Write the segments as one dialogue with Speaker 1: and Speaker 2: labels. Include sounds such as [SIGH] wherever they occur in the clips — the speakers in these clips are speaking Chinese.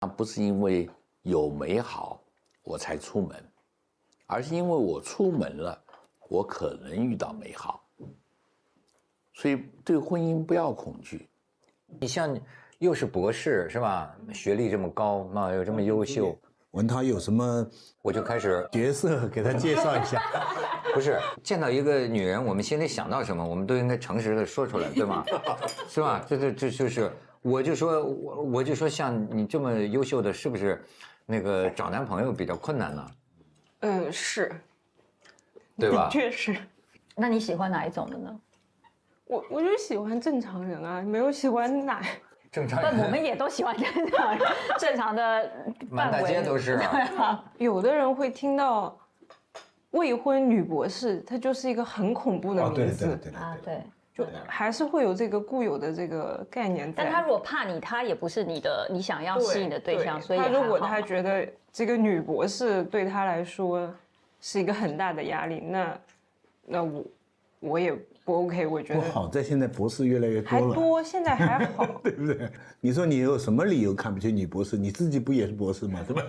Speaker 1: 那不是因为有美好我才出门，而是因为我出门了，我可能遇到美好。所以对婚姻不要恐惧。
Speaker 2: 你像又是博士是吧？
Speaker 3: 嗯
Speaker 2: 学历这么高，那又这么优秀，
Speaker 4: 文涛有什么
Speaker 2: 我就开始
Speaker 4: 角色给他介绍一下？
Speaker 2: 不是见到一个女人，我们心里想到什么，我们都应该诚实的说出来，对
Speaker 3: [LAUGHS]
Speaker 2: 吗？是吧？这这这就是，我就说，我我就说，像你这么优秀的，是不是那个找男朋友比较困难呢？
Speaker 5: 嗯，是，
Speaker 2: 对吧？
Speaker 5: [LAUGHS] 确实，
Speaker 3: 那你喜欢哪一种
Speaker 2: [LAUGHS]
Speaker 3: 的呢？
Speaker 5: 我我就喜欢正常人啊，没有喜欢哪。
Speaker 2: 正常
Speaker 3: 不，我
Speaker 2: 人
Speaker 3: 们也都喜欢正常正常的
Speaker 2: 满
Speaker 3: 范
Speaker 2: 大
Speaker 3: 围。
Speaker 2: 街 [LAUGHS] 都是啊，
Speaker 5: 有的人会听到未婚女博士，它就是一个很恐怖的
Speaker 4: 哦，对
Speaker 5: 名
Speaker 4: 对对
Speaker 5: 字，
Speaker 4: 对对
Speaker 3: 啊，
Speaker 4: 对，
Speaker 3: 对。
Speaker 5: 就还是会有这个固有的这个概念在。
Speaker 3: 但他如果怕你，他也不是你的你想要吸引的对象，所以
Speaker 5: 他如果
Speaker 3: 还好
Speaker 5: 他觉得这个女博士对他来说是一个很大的压力，那那我我也不 OK，我觉
Speaker 4: 不
Speaker 5: 得
Speaker 4: 好在现在博士越来越多
Speaker 5: 还
Speaker 4: 了，
Speaker 5: 多，现在还
Speaker 4: [LAUGHS]
Speaker 5: 好。
Speaker 4: 对不对？你说你有什么理由看不起女博士？你自己不也是博士吗？对吧？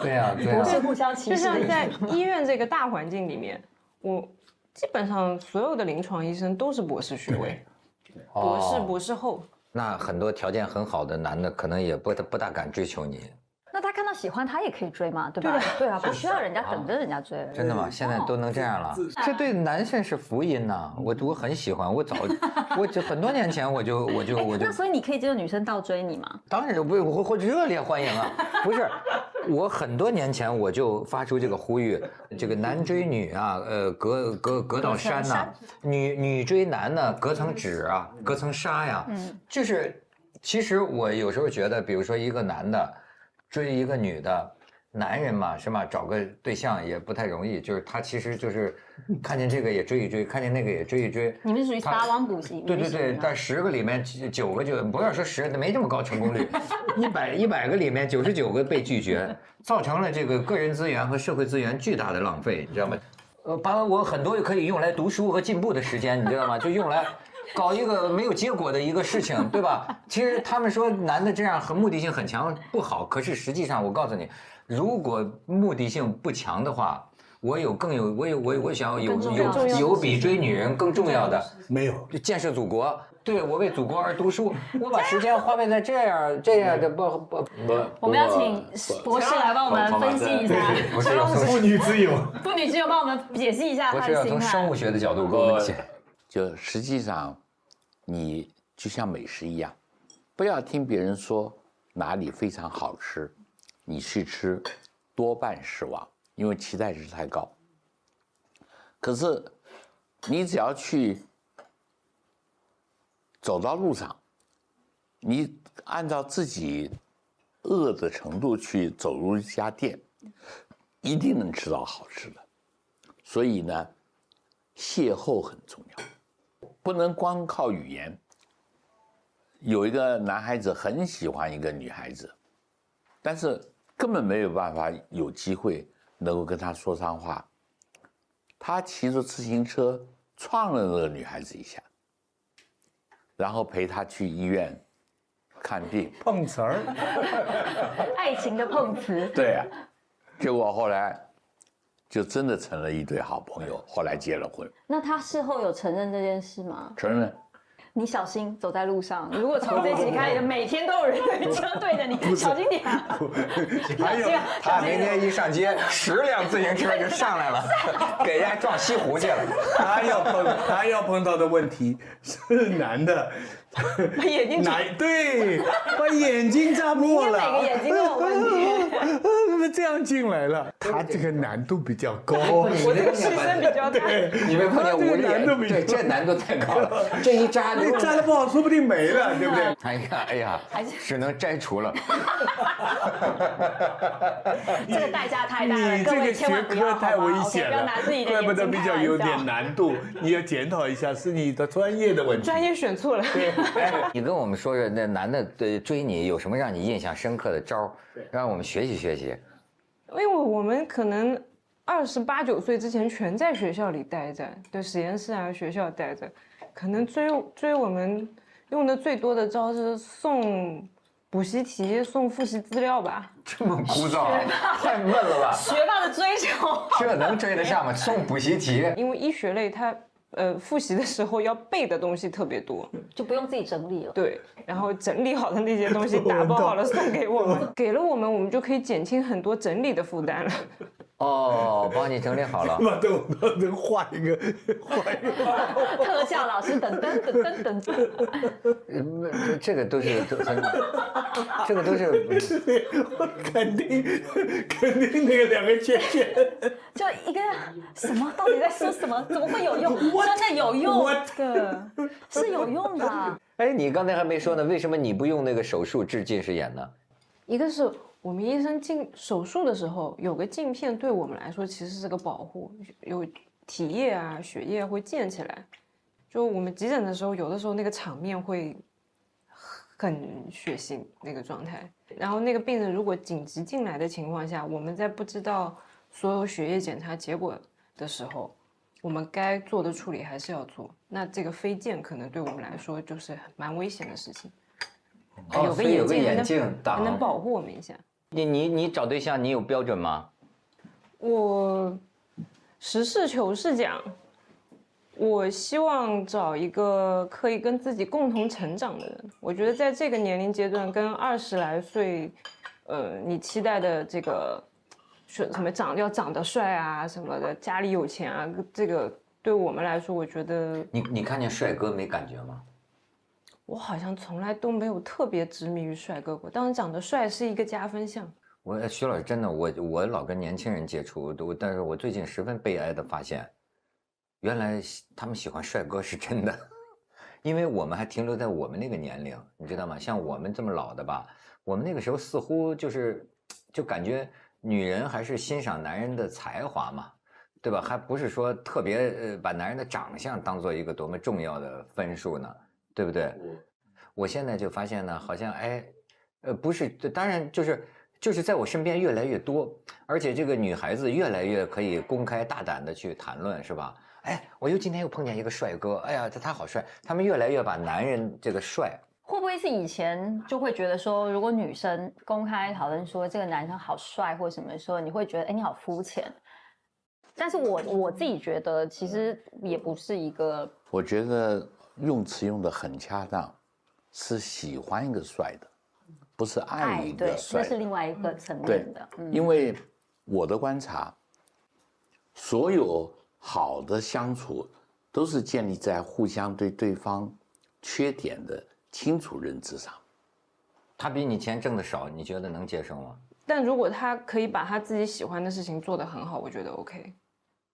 Speaker 2: 对呀、对呀、啊
Speaker 3: 不是互相歧
Speaker 5: 就
Speaker 3: 视的
Speaker 5: 像
Speaker 3: 意思。
Speaker 5: 在医院这个大环境里面，我基本上所有的临床医生都是博士学位，博士、
Speaker 2: 哦
Speaker 5: 博士后。
Speaker 2: 那很多条件很好的男的，可能也不不大敢追求你，
Speaker 3: 那他看到喜欢，他也可以追嘛，对吧？对啊，不需要人家等着人家追。
Speaker 2: 真的吗？现在都能这样了，这对男性是福音呐、我我很喜欢，
Speaker 3: [LAUGHS]
Speaker 2: 我早我就很多年前我就我就我就
Speaker 3: 哎那所以你可以接受女生倒追你吗？
Speaker 2: 当然不我会热烈欢迎啊！ [LAUGHS] 不是，我很多年前我就发出这个呼吁，这个男追女啊，呃，隔隔隔道山呐、女女追男呢、隔层纸啊，隔层纱呀、就是，其实我有时候觉得，比如说一个男的追一个女的。男人嘛，是吧？找个对象也不太容易，就是他其实就是看见这个也追一追，看见那个也追一追。
Speaker 3: 你们是属于
Speaker 2: 他
Speaker 3: 撒网捕型，
Speaker 2: 对对
Speaker 3: 你们是
Speaker 2: 对
Speaker 3: 什，么
Speaker 2: 但十个里面九九个就不要说十，没这么高成功率，一百一百个里面九十九个被拒绝，造成了这个个人资源和社会资源巨大的浪费，你知道吗？呃，把我很多可以用来读书和进步的时间，你知道吗？就用来搞一个没有结果的一个事情，对吧？其实他们说男的这样很目的性很强不好，可是实际上我告诉你，如果目的性不强的话。我有更有，我有我有我想要有
Speaker 3: 更重要的
Speaker 2: 有有比追女人更重要的，
Speaker 4: 没有，
Speaker 2: 建设祖国，对我为祖国而读书，我把时间花费在这样这样的不不不，
Speaker 3: 我们要请博士来帮我们分析一下，
Speaker 2: 不是要从
Speaker 4: 妇女之友。
Speaker 3: 妇女之友帮我们解析一下
Speaker 2: 不
Speaker 3: 他
Speaker 2: 是
Speaker 3: 的
Speaker 2: 要
Speaker 3: 心
Speaker 2: 从生
Speaker 3: 态
Speaker 2: 物。学的角度给我们讲，
Speaker 1: 呃就实际上，你就像美食一样，不要听别人说哪里非常好吃，你去吃，多半失望，因为期待值太高。可是，你只要去走到路上，你按照自己饿的程度去走入一家店，一定能吃到好吃的。所以呢，邂逅很重要，不能光靠语言。有一个男孩子很喜欢一个女孩子，但是根本没有办法有机会能够跟她说上话。他骑着自行车撞了那个女孩子一下，然后陪她去医院看病。
Speaker 4: 碰瓷儿，
Speaker 3: 爱情的碰瓷，
Speaker 1: 对呀、结果后来就真的成了一对好朋友，后来结了婚，
Speaker 3: 那他事后有承认这件事吗？
Speaker 1: 承认。
Speaker 3: 你小心走在路
Speaker 4: [LAUGHS]
Speaker 3: 上，如果从这集开始，每天都有人
Speaker 5: [LAUGHS]
Speaker 3: 推车对着你，小心点啊。
Speaker 2: 还 [LAUGHS] 有他明天一上街，十辆自行车就上来 [LAUGHS] 了，给人家撞西湖去了。
Speaker 4: 他要碰 [LAUGHS] 他要碰到的问题是男的，把眼睛男对，把眼睛扎破了，
Speaker 3: 每个眼
Speaker 4: [LAUGHS]
Speaker 3: 睛都
Speaker 5: [LAUGHS]
Speaker 3: 有问题。
Speaker 4: 题，这样进来了，他这个难度比较高。
Speaker 2: 我这个
Speaker 5: 牺牲比较大，
Speaker 2: 你们碰见无力
Speaker 4: 这个难度，比
Speaker 2: 对，这难度太高了，这一扎
Speaker 4: [LAUGHS]
Speaker 2: 就
Speaker 4: 你扎的不好，说不定没了，对不对？
Speaker 2: 哎呀哎呀，只能摘除了。
Speaker 3: 这个代价太大了，
Speaker 4: 你
Speaker 3: 各
Speaker 4: 这
Speaker 3: 位
Speaker 4: 个
Speaker 3: 千
Speaker 4: 学
Speaker 3: 万不
Speaker 4: 科
Speaker 3: 要
Speaker 4: 太危险
Speaker 3: 好
Speaker 4: 了
Speaker 3: 吗？OK，不要拿自己，的
Speaker 4: 怪不
Speaker 3: 眼
Speaker 4: 得
Speaker 3: 睛
Speaker 4: 比
Speaker 3: 开
Speaker 4: 较
Speaker 3: 玩
Speaker 4: 有点
Speaker 3: 笑。
Speaker 4: 难
Speaker 3: [LAUGHS]
Speaker 4: 度，你要检讨一下，是你的专业的问题。
Speaker 5: 专业选错了。
Speaker 2: 你跟我们说说，那男的对追你有什么让你印象深刻的招儿，让我们学习学习。
Speaker 5: 因为我们可能二十八九岁之前全在学校里待着，对实验室啊学校待着，可能追追我们用的最多的招是送补习题送复习资料吧。
Speaker 2: 这么枯燥啊，太闷了吧？
Speaker 3: 学霸的
Speaker 4: [LAUGHS]
Speaker 3: 追求。
Speaker 2: 这能追得上吗？送补习题，
Speaker 5: 因为医学类它呃复习的时候要背的东西特别多，
Speaker 3: 就不用自己整理了。
Speaker 5: 对，然后整理好的那些东西打包好了送给我们，给了我们，我们就可以减轻很多整理的负担了。
Speaker 2: 哦，帮你整理好了。
Speaker 4: 妈等我到能画一个，画一个， [LAUGHS]
Speaker 3: 特效老师等等等等等等，
Speaker 2: 嗯这这个都是都很，这个都 [LAUGHS] 是
Speaker 4: 肯定肯定那个两个圈圈
Speaker 3: 就一个什么到底在说什么？怎么会
Speaker 4: [LAUGHS]
Speaker 3: 有用？真的有用
Speaker 4: What？
Speaker 3: 的，是有用的。啊
Speaker 2: 哎，你刚才还没说呢，为什么你不用那个手术治近视眼呢？
Speaker 5: 一个是我们医生进手术的时候有个镜片，对我们来说其实是个保护，有体液啊、血液会溅起来。就我们急诊的时候，有的时候那个场面会很血腥那个状态。然后那个病人如果紧急进来的情况下，我们在不知道所有血液检查结果的时候，我们该做的处理还是要做。那这个飞溅可能对我们来说就是蛮危险的事情。
Speaker 2: 哦
Speaker 5: 有个
Speaker 2: 所以
Speaker 5: 眼
Speaker 2: 有个
Speaker 5: 镜还
Speaker 2: 眼
Speaker 5: 能
Speaker 2: 镜哦
Speaker 5: 还能
Speaker 2: 挡。
Speaker 5: 保护我们一下。
Speaker 2: 你你你找对象，你有标准吗？
Speaker 5: 我实事求是讲，我希望找一个可以跟自己共同成长的人。我觉得在这个年龄阶段，跟二十来岁，呃，你期待的这个什什么长要长得帅啊什么的，家里有钱啊，这个对我们来说，我觉得
Speaker 2: 你你看见帅哥没感觉吗？
Speaker 5: 我好像从来都没有特别执迷于帅哥过。当然，长得帅是一个加分项。
Speaker 2: 我哎徐老师真的，我我老跟年轻人接触，我但是我最近十分悲哀的发现，原来喜他们喜欢帅哥是真的， [LAUGHS] 因为我们还停留在我们那个年龄，你知道吗？像我们这么老的吧，我们那个时候似乎就是，就感觉女人还是欣赏男人的才华嘛，对吧？还不是说特别呃把男人的长相当做一个多么重要的分数呢，对不对？我现在就发现呢，好像哎，呃，不是，当然就是就是在我身边越来越多，而且这个女孩子越来越可以公开大胆的去谈论，是吧？哎，我又今天又碰见一个帅哥，哎呀，他他好帅，他们越来越把男人这个帅，
Speaker 3: 会不会是以前就会觉得说，如果女生公开讨论说这个男生好帅或什么的时候，你会觉得哎、你好肤浅。但是我
Speaker 5: 嗯
Speaker 3: 我自己觉得，其实也不是一个
Speaker 1: 我觉得用词用的很恰当，是喜欢一个帅的，不是爱
Speaker 3: 爱，
Speaker 1: 一
Speaker 3: 哎对
Speaker 1: 个，帅的。
Speaker 3: 那是另外一个层
Speaker 1: 对
Speaker 3: 面的。嗯，
Speaker 1: 因为我的观察，所有好的相处都是建立在互相对对方缺点的清楚认知上。
Speaker 2: 他比你钱挣的少，你觉得能接受吗？
Speaker 5: 但如果他可以把他自己喜欢的事情做得很好，我觉得 OK。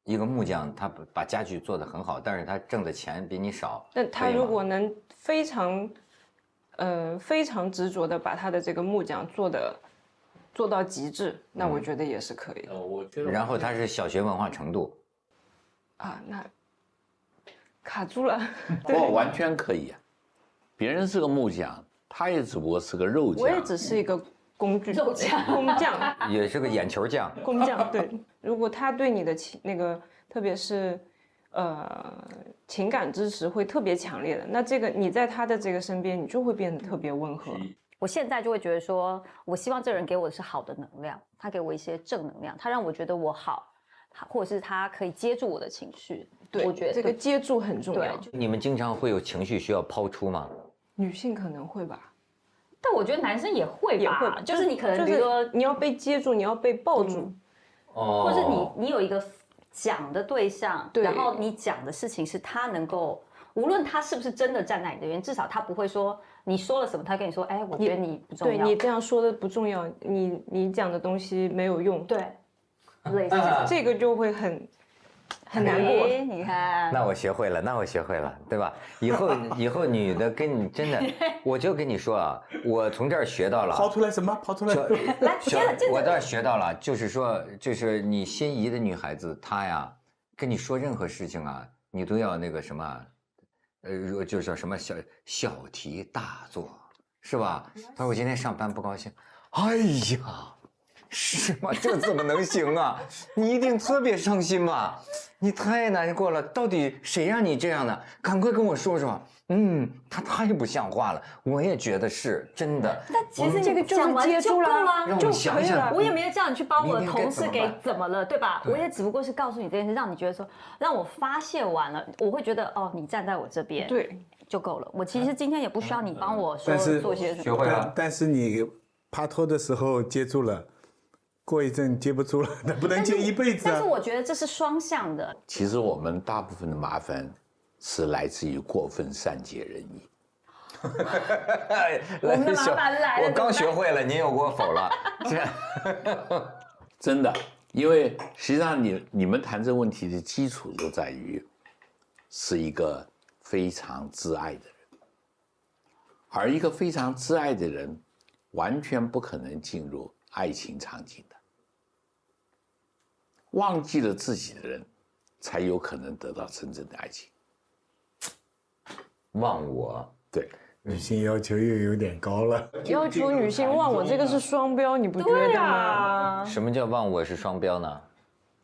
Speaker 2: 一个木匠，他把把家具做得很好，但是他挣的钱比你少，
Speaker 5: 但他
Speaker 2: 可以
Speaker 5: 如
Speaker 2: 吗
Speaker 5: 果能非常，呃，非常执着的把他的这个木匠做的做到极致，那
Speaker 3: 嗯
Speaker 5: 我觉得也是可以
Speaker 3: 哦
Speaker 5: 的、
Speaker 2: 然后他是小学文化程度，
Speaker 5: 啊。那卡住
Speaker 3: [LAUGHS]
Speaker 5: 了，
Speaker 1: 我哦完全可以、啊，别人是个木匠，他也只不过是个肉
Speaker 5: 我也
Speaker 1: 匠。
Speaker 5: 只是一个工具
Speaker 3: 肉匠
Speaker 5: 工匠，
Speaker 2: 也是个眼球匠，
Speaker 5: 工
Speaker 3: [LAUGHS]
Speaker 5: 匠。对，如果他对你的情那个，特别是呃情感支持会特别强烈的，那这个你在他的这个身边，你就会变得特别温和。
Speaker 3: 我现在就会觉得说，我希望这个人给我的是好的能量，他给我一些正能量，他让我觉得我好，他或者是他可以接住我的情绪。
Speaker 5: 对，
Speaker 3: 我觉得
Speaker 5: 这个接住很重
Speaker 3: 对
Speaker 5: 要。
Speaker 2: 你们经常会有情绪需要抛出吗？
Speaker 5: 女性可能会吧。
Speaker 3: 但我觉得男生也会吧，
Speaker 5: 也会吧，
Speaker 3: 就是你可能
Speaker 5: 就
Speaker 3: 比如说，
Speaker 5: 是你要被接住，你要被抱住，
Speaker 2: 哦
Speaker 3: 或是你你有一个讲的对象，
Speaker 5: 对
Speaker 3: 然后你讲的事情是他能够，无论他是不是真的站在你这边，至少他不会说你说了什么，他跟你说，哎，我觉得你不重
Speaker 5: 对
Speaker 3: 要，
Speaker 5: 你这样说的不重要，你你讲的东西没有用，
Speaker 3: 对，类似这种
Speaker 5: 这个就会很很难过。
Speaker 3: 哎你看，
Speaker 2: 那我学会了，那我学会了，对吧？以后以后女的跟你真的，我就跟你说啊，我从这儿学到
Speaker 4: 刨
Speaker 2: 了，
Speaker 4: 出来什么？刨出来
Speaker 2: 小
Speaker 3: 来，接
Speaker 2: 小
Speaker 3: 着接
Speaker 2: 我
Speaker 3: 着，
Speaker 2: 这儿学到了，就是说，就是你心仪的女孩子，她呀，跟你说任何事情啊，你都要那个什么啊，呃，如果就是叫什么小小题大做，是吧？她说我今天上班不高兴，哎呀。是吗？这怎么能行啊？你一定特别伤心吧？你太难过了，到底谁让你这样的？赶快跟我说说，嗯，他太不像话了，我也觉得是真的。
Speaker 3: 但其实
Speaker 5: 这个
Speaker 3: 你
Speaker 5: 就是
Speaker 3: 讲完
Speaker 5: 接
Speaker 3: 就
Speaker 5: 触
Speaker 3: 够
Speaker 5: 啦
Speaker 3: 了，
Speaker 2: 让我
Speaker 5: 就
Speaker 2: 们想
Speaker 5: 可
Speaker 2: 一
Speaker 5: 以
Speaker 2: 下
Speaker 5: 了，
Speaker 3: 我也没有叫你去把我的
Speaker 2: 明天该
Speaker 3: 同事
Speaker 2: 怎么
Speaker 3: 给
Speaker 2: 办
Speaker 3: 怎么了，对吧？
Speaker 2: 对
Speaker 3: 我也只不过是告诉你这件事，让你觉得说，让我发泄完了，我会觉得哦，你站在我这边，，
Speaker 5: 对，
Speaker 3: 就够了。我其实今天也不需要你帮我说
Speaker 4: 但是
Speaker 3: 做些什
Speaker 2: 学
Speaker 3: 么。
Speaker 2: 会啊
Speaker 4: 但
Speaker 2: 了，
Speaker 4: 但是你爬坡的时候接住了，过一阵接不住了， [LAUGHS] 那不能接一辈子
Speaker 3: 但
Speaker 4: 啊
Speaker 3: 是。我觉得这是双向的，
Speaker 1: 其实我们大部分的麻烦是来自于过分善解人意。
Speaker 3: 我们的麻
Speaker 2: 哎小
Speaker 3: 烦来
Speaker 2: 我
Speaker 3: 了怎么
Speaker 2: 刚
Speaker 3: 办
Speaker 2: 学会了，您又给我否了。 [LAUGHS] 这
Speaker 1: 真的，因为实际上你你们谈这个问题的基础就在于，是一个非常自爱的人，而一个非常自爱的人，完全不可能进入爱情场景的。忘记了自己的人，才有可能得到真正的爱情。
Speaker 2: 忘我，
Speaker 1: 对，
Speaker 4: 女性要求又有点高了，
Speaker 5: 要求女性忘我这个是双标，你不觉得吗？
Speaker 3: 啊，
Speaker 2: 什么叫忘我是双标呢？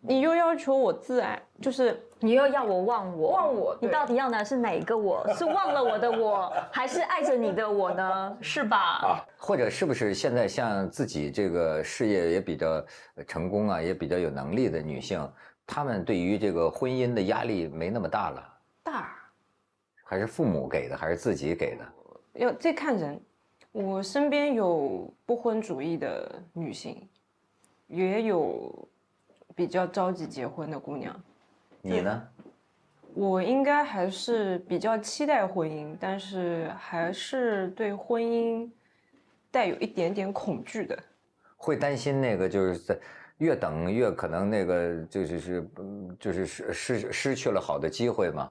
Speaker 5: 你又要求我自爱，就是
Speaker 3: 你又要我忘我，
Speaker 5: 忘我
Speaker 3: 你
Speaker 5: 对
Speaker 3: 到底要的是哪一个 [LAUGHS] 我？是忘了我的我，还是爱着你的我呢？是吧？
Speaker 2: 或者是不是现在像自己这个事业也比较呃成功啊，也比较有能力的女性，她们对于这个婚姻的压力没那么大了？
Speaker 5: 大
Speaker 2: 还是父母给的，还是自己给的？
Speaker 5: 要这看人。我身边有不婚主义的女性，也有比较着急结婚的姑娘。
Speaker 2: 你呢？
Speaker 5: 我应该还是比较期待婚姻，但是还是对婚姻带有一点点恐惧的。
Speaker 2: 会担心那个就是在越等越可能那个就是是嗯就是失失失去了好的机会嘛？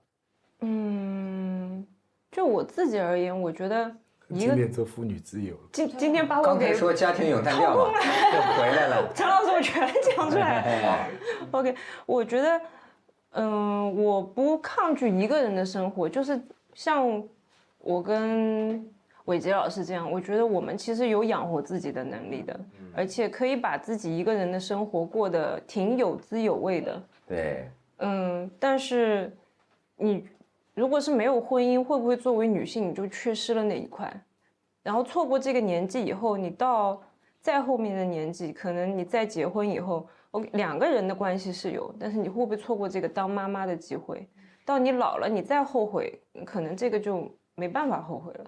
Speaker 5: 嗯，就我自己而言，我觉得一
Speaker 4: 今
Speaker 5: 个
Speaker 4: 天做妇女自由了。
Speaker 5: 今今天把我
Speaker 2: 刚才
Speaker 5: 给
Speaker 2: 说家庭有单调嘛，
Speaker 3: [LAUGHS]
Speaker 2: 又回来了。
Speaker 5: 陈老师，我全讲出来了。
Speaker 2: 哎
Speaker 5: OK，我觉得，嗯，我不抗拒一个人的生活，就是像我跟伟杰老师这样，我觉得我们其实有养活自己的能力的，而且可以把自己一个人的生活过得挺有滋有味的。
Speaker 2: 对，
Speaker 5: 嗯，但是你如果是没有婚姻，会不会作为女性你就缺失了那一块？然后错过这个年纪以后，你到再后面的年纪，可能你再结婚以后，OK，两个人的关系是有，但是你会不会错过这个当妈妈的机会？到你老了，你再后悔，可能这个就没办法后悔了，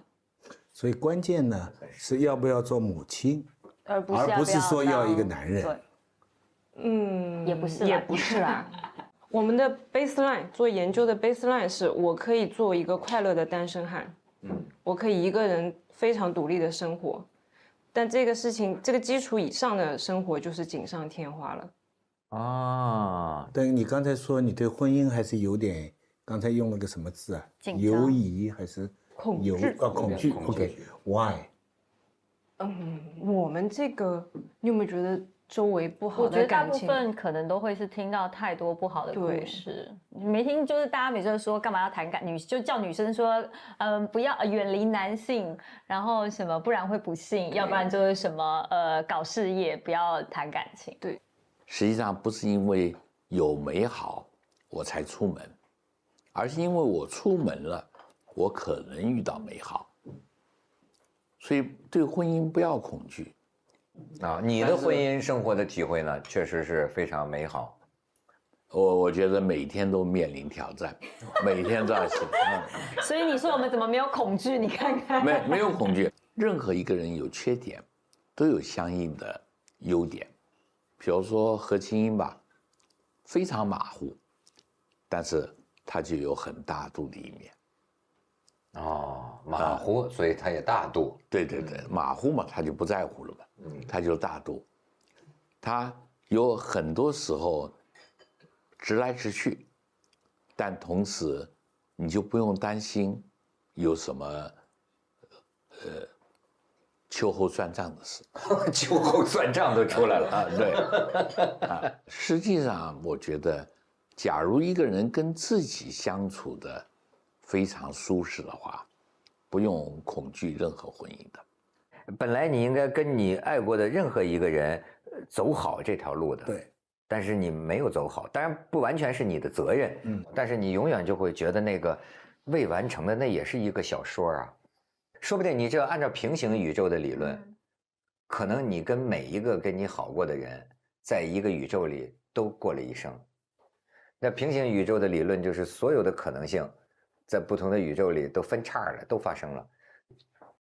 Speaker 4: 所以关键呢是要不要做母亲，
Speaker 3: 而不
Speaker 4: 而
Speaker 3: 是
Speaker 4: 不是说
Speaker 3: 当
Speaker 4: 要一个男人。
Speaker 3: 对，
Speaker 5: 嗯，
Speaker 3: 也不是啦
Speaker 5: 也不是啦。 [LAUGHS] 我们的 baseline 做研究的 baseline 是我可以做一个快乐的单身汉，嗯，我可以一个人非常独立的生活，但这个事情这个基础以上的生活就是锦上添花了。
Speaker 2: 啊，
Speaker 4: 但你刚才说你对婚姻还是有点，刚才用了个什么字啊
Speaker 3: 紧？张
Speaker 4: 犹疑还是
Speaker 5: 恐
Speaker 4: 犹
Speaker 5: 惧
Speaker 4: 啊恐惧
Speaker 2: 有点恐惧
Speaker 4: ？OK，Why？
Speaker 5: 嗯，我们这个你有没有觉得周围不好
Speaker 3: 我觉
Speaker 5: 的
Speaker 3: 得大
Speaker 5: 感
Speaker 3: 部
Speaker 5: 情？
Speaker 3: 分可能都会是听到太多不好的故
Speaker 5: 对
Speaker 3: 事，没听就是大家每次都说干嘛要谈感女，就叫女生说，嗯，不要呃远离男性，然后什么不然会不幸，要不然就是什么呃搞事业，不要谈感情。
Speaker 1: 实际上不是因为有美好我才出门，而是因为我出门了，我可能遇到美好，所以对婚姻不要恐惧。
Speaker 2: 啊，你的婚姻生活的体会呢，确实是非常美好。
Speaker 1: 我我觉得每天都面临挑战，每天都要想，
Speaker 3: 所以你说我们怎么没有恐惧？你看看
Speaker 1: 嗯，没没有恐惧。任何一个人有缺点，都有相应的优点。比如说何清英吧，非常马虎，但是她就有很大度的一面。
Speaker 2: 哦，马虎，所以他也大度。 [LAUGHS]
Speaker 1: 对对对，马虎嘛，他就不在乎了嘛，他就大度。他有很多时候直来直去，但同时你就不用担心有什么呃秋后算账的事。
Speaker 2: 秋后算账都出来了。
Speaker 1: 啊，对， [LAUGHS] 啊，实际上我觉得，假如一个人跟自己相处的非常舒适的话，不用恐惧任何婚姻的。
Speaker 2: [LAUGHS] 本来你应该跟你爱过的任何一个人呃走好这条路的，
Speaker 4: 对，
Speaker 2: 但是你没有走好，当然不完全是你的责任，嗯，但是你永远就会觉得那个未完成的那也是一个小说啊，说不定你这按照平行宇宙的理论，可能你跟每一个跟你好过的人，在一个宇宙里都过了一生。那平行宇宙的理论就是所有的可能性，在不同的宇宙里都分叉了，都发生了。